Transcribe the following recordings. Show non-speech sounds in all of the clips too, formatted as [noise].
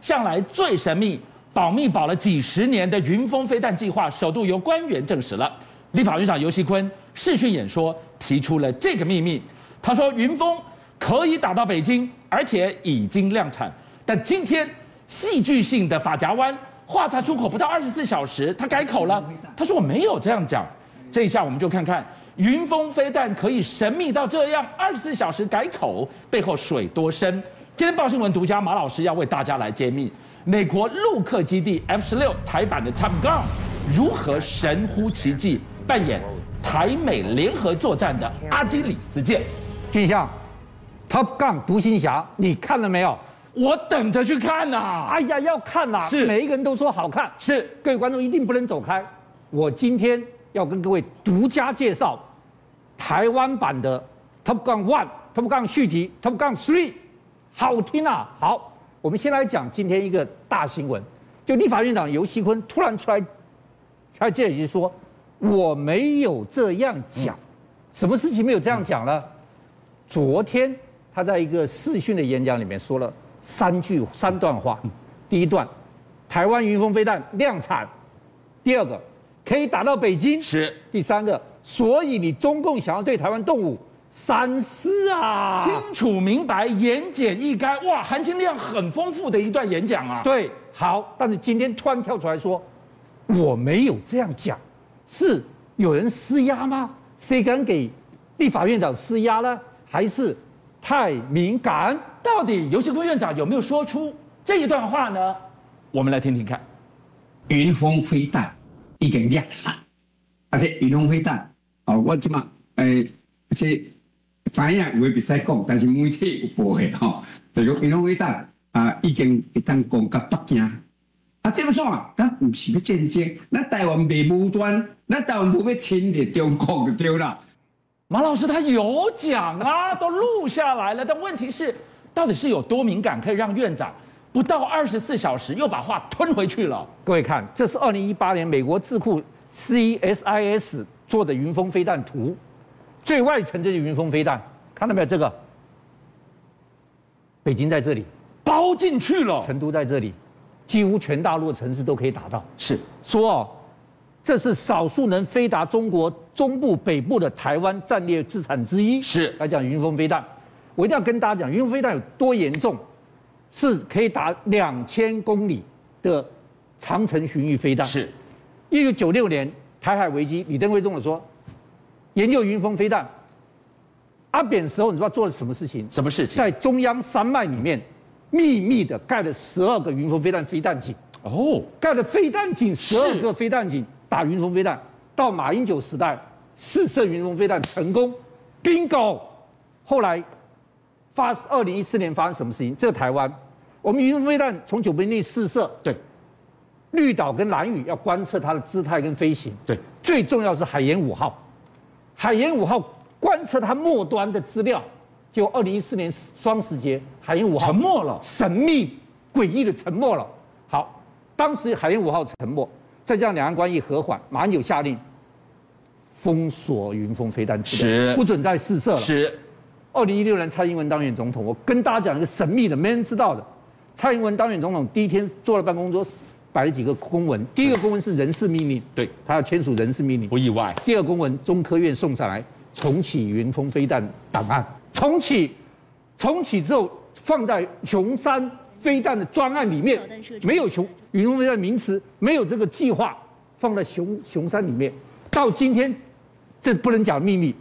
向来最神秘、保密保了几十年的云峰飞弹计划，首度由官员证实了。立法院长游锡坤视讯演说提出了这个秘密，他说云峰可以打到北京，而且已经量产。但今天戏剧性的法夹湾话查出口不到二十四小时，他改口了，他说我没有这样讲。这一下我们就看看云峰飞弹可以神秘到这样，二十四小时改口背后水多深。今天报新闻独家马老师要为大家来揭秘美国陆克基地 F 十六台版的 Top Gun 如何神乎其技扮演台美联合作战的阿基里斯舰。俊相，Top Gun 独行侠，你看了没有？我等着去看呐、啊！哎呀，要看啦、是每一个人都说好看，是各位观众一定不能走开。我今天要跟各位独家介绍台湾版的《Top Gun One》、《Top Gun》续集、《Top Gun Three》，好听啊！好，我们先来讲今天一个大新闻，就立法院长游锡坤突然出来，他这里说我没有这样讲，什么事情没有这样讲呢？昨天他在一个视讯的演讲里面说了三句三段话，第一段，台湾云峰飞弹量产，第二个可以打到北京，是第三个，所以你中共想要对台湾动武，三思啊！清楚明白、言简意赅，哇，含金量很丰富的一段演讲啊！对，好，但是今天突然跳出来说，我没有这样讲，是有人施压吗？谁敢给立法院长施压呢？还是太敏感？到底游戏坤院长有没有说出这一段话呢？我们来听听看。云峰飞弹已经量产，而且云峰飞弹哦，我即马诶，即知影有诶袂使讲，但是媒体有报诶吼、就讲云峰飞弹啊，已经会当讲到北京。啊，这么说啊，咱毋是要战争，咱台湾袂无端，咱台湾无要侵略中国就对啦。马老师他有讲啊， [laughs] 都录下来了，但问题是，到底是有多敏感，可以让院长不到二十四小时又把话吞回去了？各位看，这是二零一八年美国智库 CSIS 做的云峰飞弹图，最外层这是云峰飞弹，看到没有？这个，北京在这里，包进去了，成都在这里，几乎全大陆的城市都可以打到。是说哦，这是少数能飞达中国中部北部的台湾战略资产之一。是来讲云峰飞弹，我一定要跟大家讲，云峰飞弹有多严重，是可以打两千公里的长城巡弋飞弹。是，一九九六年台海危机，李登辉总理说，研究云峰飞弹。阿扁时候，你知道做了什么事情？什么事情？在中央山脉里面，秘密的盖了十二个云峰飞弹飞弹井。哦，盖了飞弹井十二个飞弹井，打云峰飞弹。到马英九时代，试射云峰飞弹成功，bingo。后来发二零一四年发生什么事情？这个台湾，我们云峰飞弹从九兵力试射，对绿岛跟蓝屿要观测它的姿态跟飞行。对，最重要是海研五号，海研五号观测它末端的资料，就二零一四年双十节，海研五号沉默了，神秘诡异的沉默了。好，当时海燕五号沉没，再加上两岸关系和缓，马英九下令封锁云峰飞弹基是地，不准再试射了。是二零一六年蔡英文当选总统，我跟大家讲一个神秘的、没人知道的。蔡英文当选总统第一天坐了办公桌，摆了几个公文。第一个公文是人事命令，对，他要签署人事命令。不意外。第二公文，中科院送上来，重启云峰飞弹档案，重启，重启之后放在熊山飞弹的专案里面，没有熊云峰飞弹名词，没有这个计划，放在熊熊山里面，到今天，这不能讲秘密，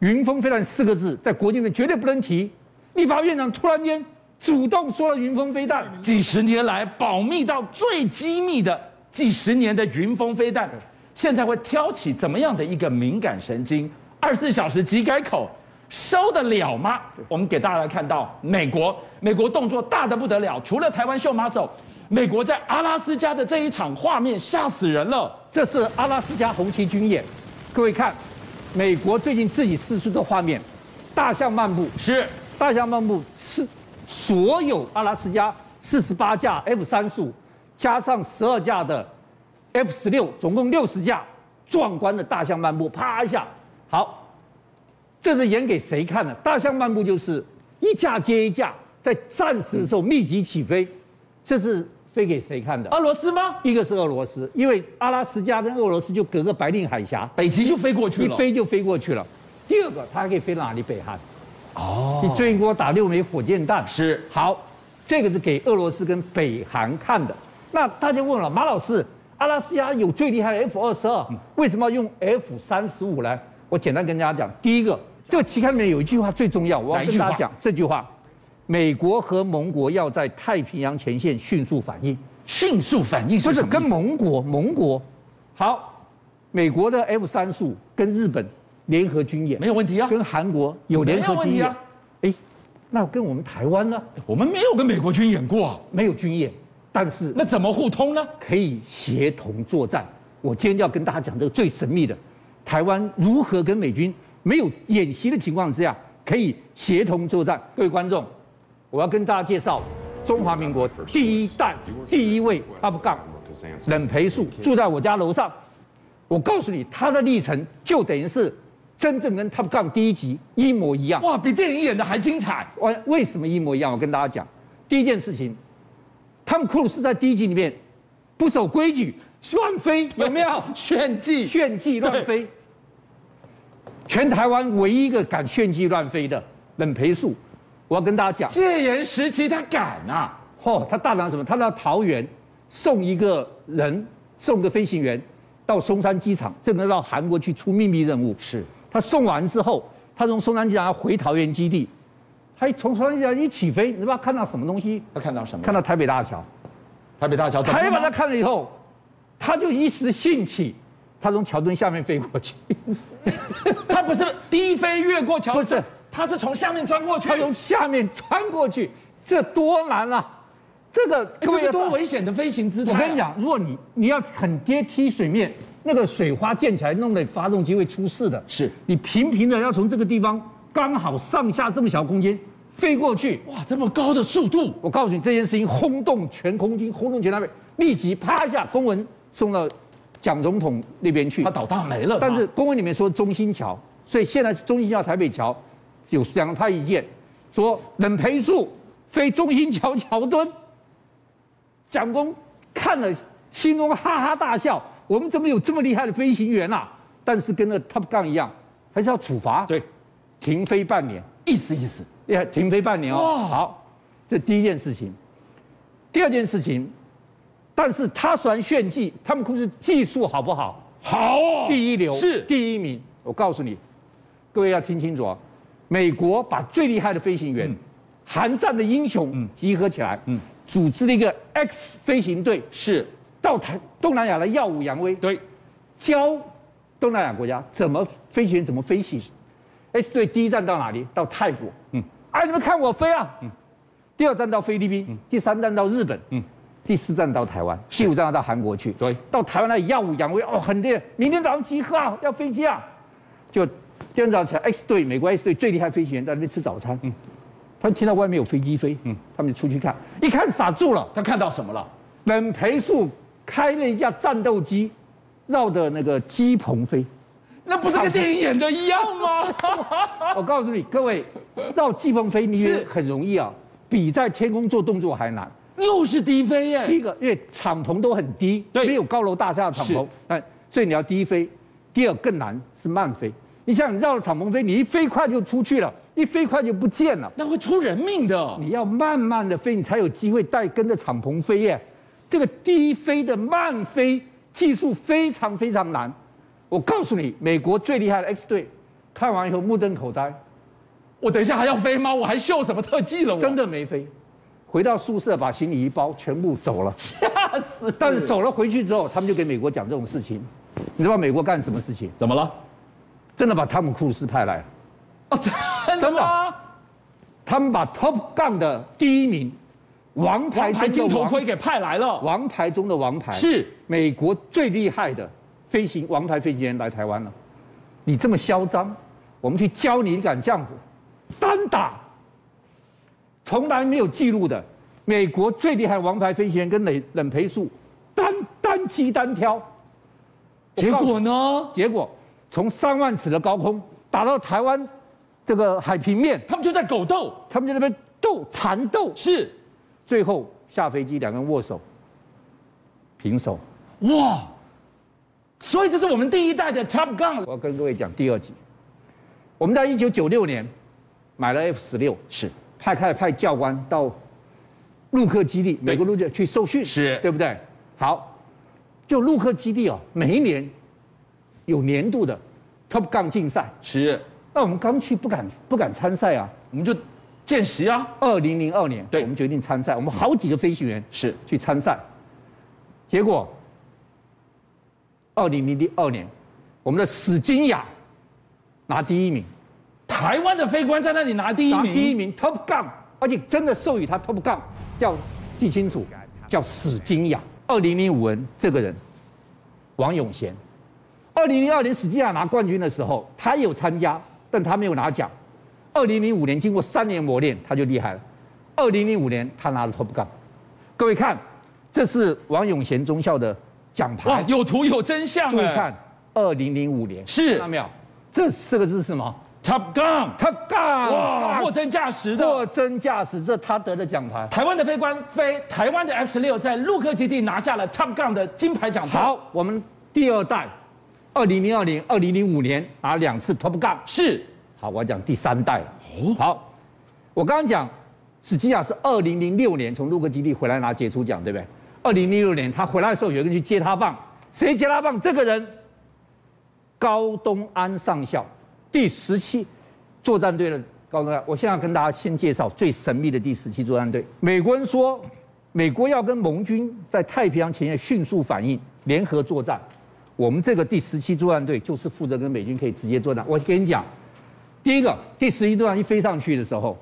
云峰飞弹四个字在国际面绝对不能提，立法院长突然间主动说了云峰飞弹，几十年来保密到最机密的几十年的云峰飞弹，现在会挑起怎么样的一个敏感神经？二十四小时急改口，收得了吗？我们给大家看到美国，美国动作大的不得了，除了台湾秀 muscle，美国在阿拉斯加的这一场画面吓死人了。这是阿拉斯加红旗军演，各位看，美国最近自己试出的画面，大象漫步，是大象漫步是所有阿拉斯加四十八架 F 三十五，加上十二架的 F 十六，总共六十架壮观的大象漫步，啪一下，好，这是演给谁看的？大象漫步就是一架接一架，在战时的时候密集起飞，这是飞给谁看的？俄罗斯吗？一个是俄罗斯，因为阿拉斯加跟俄罗斯就隔个白令海峡，北极就飞过去一了。飞就飞过去了。第二个，它还可以飞哪里？北韩，哦，你最多打六枚火箭弹。是好，这个是给俄罗斯跟北韩看的。那大家问了，马老师，阿拉斯加有最厉害的 F 二十二，嗯为什么要用 F 三十五来？我简单跟大家讲，第一个，这个期刊里面有一句话最重要，我哪要一跟句话大家讲这句话：美国和盟国要在太平洋前线迅速反应。迅速反应不是是什么跟意思？盟国，盟国，好，美国的 F 三十五跟日本联合军演，没有问题啊，跟韩国有联合军没有问演题啊，哎、那跟我们台湾呢我们没有跟美国军演过、啊，没有军演，但是那怎么互通呢？可以协同作战。我今天要跟大家讲这个最神秘的，台湾如何跟美军没有演习的情况之下可以协同作战。各位观众，我要跟大家介绍中华民国第一代第一位 Top Gun 冷培树，住在我家楼上。我告诉你，他的历程就等于是真正跟 Top Gun 第一集一模一样。哇，比电影演的还精彩。我为什么一模一样？我跟大家讲，第一件事情，汤姆·克鲁斯在第一集里面不守规矩，乱飞，有没有炫技？炫技乱飞？全台湾唯一一个敢炫技乱飞的冷培树，我要跟大家讲，戒严时期他敢啊！哦，他大胆什么？他到桃园送一个人，送个飞行员到松山机场，这个人到韩国去出秘密任务。是他送完之后，他从松山机场要回桃园基地，他一从松山机场一起飞，你知道他看到什么东西？他看到什么？看到台北大桥，台北大桥怎么台了北吗？大桥看了以后，他就一时兴起，他从桥墩下面飞过去，他不是低飞越过桥，不是，他是从下面钻过去他。从下面穿过去，这多难啊！这个哎这是多危险的飞行姿态、我跟你，讲，如果你你要很跌踢水面，那个水花溅起来，弄得发动机会出事的。是你平平的要从这个地方刚好上下这么小空间飞过去，哇，这么高的速度，我告诉你这件事情轰动全空军，轰动全台北，立即啪一下公文送到蒋总统那边去他。倒大霉了。但是公文里面说中心桥，所以现在是中心桥台北桥有两派意见，说冷培树非中心桥桥墩。蒋公看了心中哈哈大笑，我们怎么有这么厉害的飞行员啊？但是跟那 Top Gun 一样，还是要处罚，对，停飞半年。意思意思，也停飞半年哦。哇好，这第一件事情。第二件事情，但是他虽然炫技，他们公司技术好不好？好、哦，第一流是第一名。我告诉你，各位要听清楚啊！美国把最厉害的飞行员、嗯韩战的英雄集合起来，组织了一个 X 飞行队是，到台东南亚来耀武扬威，对，教东南亚国家怎么飞行员怎么飞行。H 队第一站到哪里？到泰国。嗯，哎，你们看我飞啊。嗯，第二站到菲律宾，第三站到日本，嗯，第四站到台湾，第五站要到韩国去。对到台湾来耀武扬威，哦，很厉害。明天早上集合啊，要飞机啊。就第二天早上起来，X 队美国 X 队最厉害飞行员在那边吃早餐。嗯，他们听到外面有飞机飞，嗯，他们就出去看，一看傻住了。他看到什么了？冷培树开了一架战斗机，绕着那个机 [laughs] 棚飞。那不是跟电影演的一样吗？我告诉你，各位，绕机棚飞你以为是很容易啊，比在天空做动作还难。又是低飞第耶，一个，因为敞篷都很低，对没有高楼大厦的敞是篷，哎，所以你要低飞。第二更难是慢飞，你想你绕着敞篷飞，你一飞快就出去了，一飞快就不见了。那会出人命的。你要慢慢的飞，你才有机会带跟着敞篷飞耶。这个低飞的慢飞技术非常非常难。我告诉你，美国最厉害的 X 队，看完以后目瞪口呆，我等一下还要飞吗？我还秀什么特技了我？真的没飞。回到宿舍把行李一包，全部走了。吓死！但是走了回去之后，他们就给美国讲这种事情。你知道美国干什么事情？怎么了？真的把汤姆·库鲁斯派来了，哦，真的真的吗？他们把 Top Gun 的第一名，王牌王牌金中的头王盔给派来了。王牌中的王牌，是美国最厉害的飞行王牌飞行员来台湾了。你这么嚣张，我们去教你，你敢这样子？单打，从来没有记录的，美国最厉害的王牌飞行员跟冷冷培树单单机单挑，结果呢？结果从三万尺的高空打到台湾这个海平面，他们就在狗斗，他们在那边斗缠斗，是最后下飞机两个人握手，平手。哇！所以这是我们第一代的 Top Gun 我要跟各位讲第二集，我们在一九九六年买了 F 十六，是派开派教官到陆克基地，美国陆克去受训，是对不对？好，就陆克基地哦，每一年有年度的 Top Gun 竞赛，是，那我们刚去不敢不敢参赛啊。我们就见习啊，二零零二年，对我们决定参赛，我们好几个飞行员是去参赛，结果二零零二年，我们的史金雅拿第一名，台湾的飞官在那里拿第一拿名，第一名 Top Gun，而且真的授予他 Top Gun，叫记清楚，叫史金雅。二零零五年这个人，王永贤，二零零二年史金雅拿冠军的时候，他也有参加，但他没有拿奖。二零零五年经过三年磨练，他就厉害了。二零零五年他拿了 Top Gun，各位看，这是王永贤中校的奖哇，牌。有图有真相注意哎看，二零零五年是看到没有？这四个字是什么，Top Gun， ？Top Gun！哇，货真价实货的。真价实，这他得的奖牌。台湾的飞官飞台湾的 F 十六，在陆克基地拿下了 Top Gun 的金牌奖牌。，好，我们第二代，二零零二年、二零零五年拿两次 Top Gun。是好，我要讲第三代了。哦好，我刚刚讲史基亚是二零零六年从陆克基地回来拿杰出奖，对不对？二零零六年他回来的时候，有一个人去接他棒，谁接他棒？这个人，高东安上校，第十七作战队的高东安。我现在要跟大家先介绍最神秘的第十七作战队。美国人说，美国要跟盟军在太平洋前线迅速反应，联合作战。我们这个第十七作战队就是负责跟美军可以直接作战。我跟你讲，第一个，第十一段一飞上去的时候，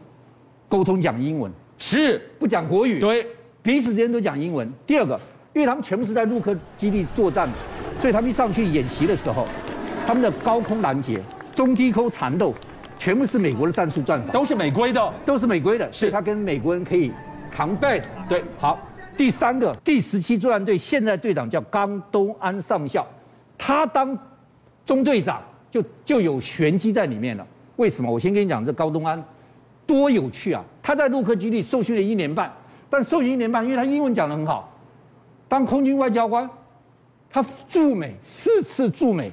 沟通讲英文，是，不讲国语，对，彼此之间都讲英文。第二个，因为他们全部是在陆科基地作战的，所以他们一上去演习的时候，他们的高空拦截、中低空缠斗，全部是美国的战术战法，都是美规的。都是美国的，所以他跟美国人可以 combat。对，好，第三个，第十七作战队现在队长叫冈东安上校，他当中队长就就有玄机在里面了。为什么？我先跟你讲，这高东安多有趣啊！他在陆克基地受训了一年半，但受训一年半，因为他英文讲得很好，当空军外交官，他驻美四次驻美。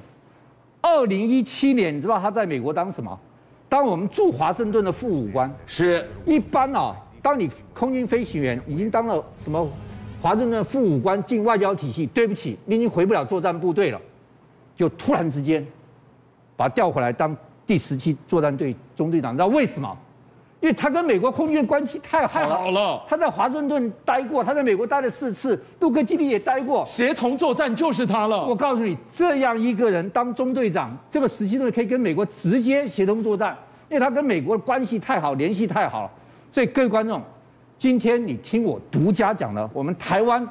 二零一七年，你知道他在美国当什么？当我们驻华盛顿的副武官。是一般啊，当你空军飞行员已经当了什么华盛顿的副武官进外交体系，对不起，你已经回不了作战部队了，就突然之间把他调回来当第十七作战队中队长，你知道为什么？因为他跟美国空军的关系太好太了。好了，他在华盛顿待过，他在美国待了四次，陆克基地也待过。协同作战就是他我了。告诉你，这样一个人当中队长，这个时期呢可以跟美国直接协同作战，因为他跟美国关系太好，联系太好了。所以各位观众，今天你听我独家讲了，我们台湾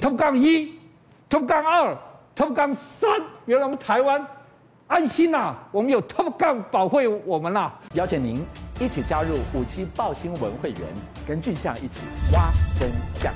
Top Gun 一、Top Gun 二、Top Gun 三，原来我们台湾安心呐、我们有 Top Gun 保卫我们啦、邀请您一起加入五七报新闻会员，跟俊相一起挖真相。